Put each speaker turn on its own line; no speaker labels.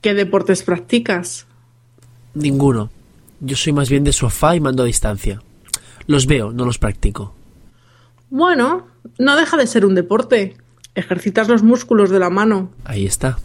¿Qué deportes practicas?
Ninguno. Yo soy más bien de sofá y mando a distancia. Los veo, no los practico.
Bueno, no deja de ser un deporte. Ejercitas los músculos de la mano.
Ahí está.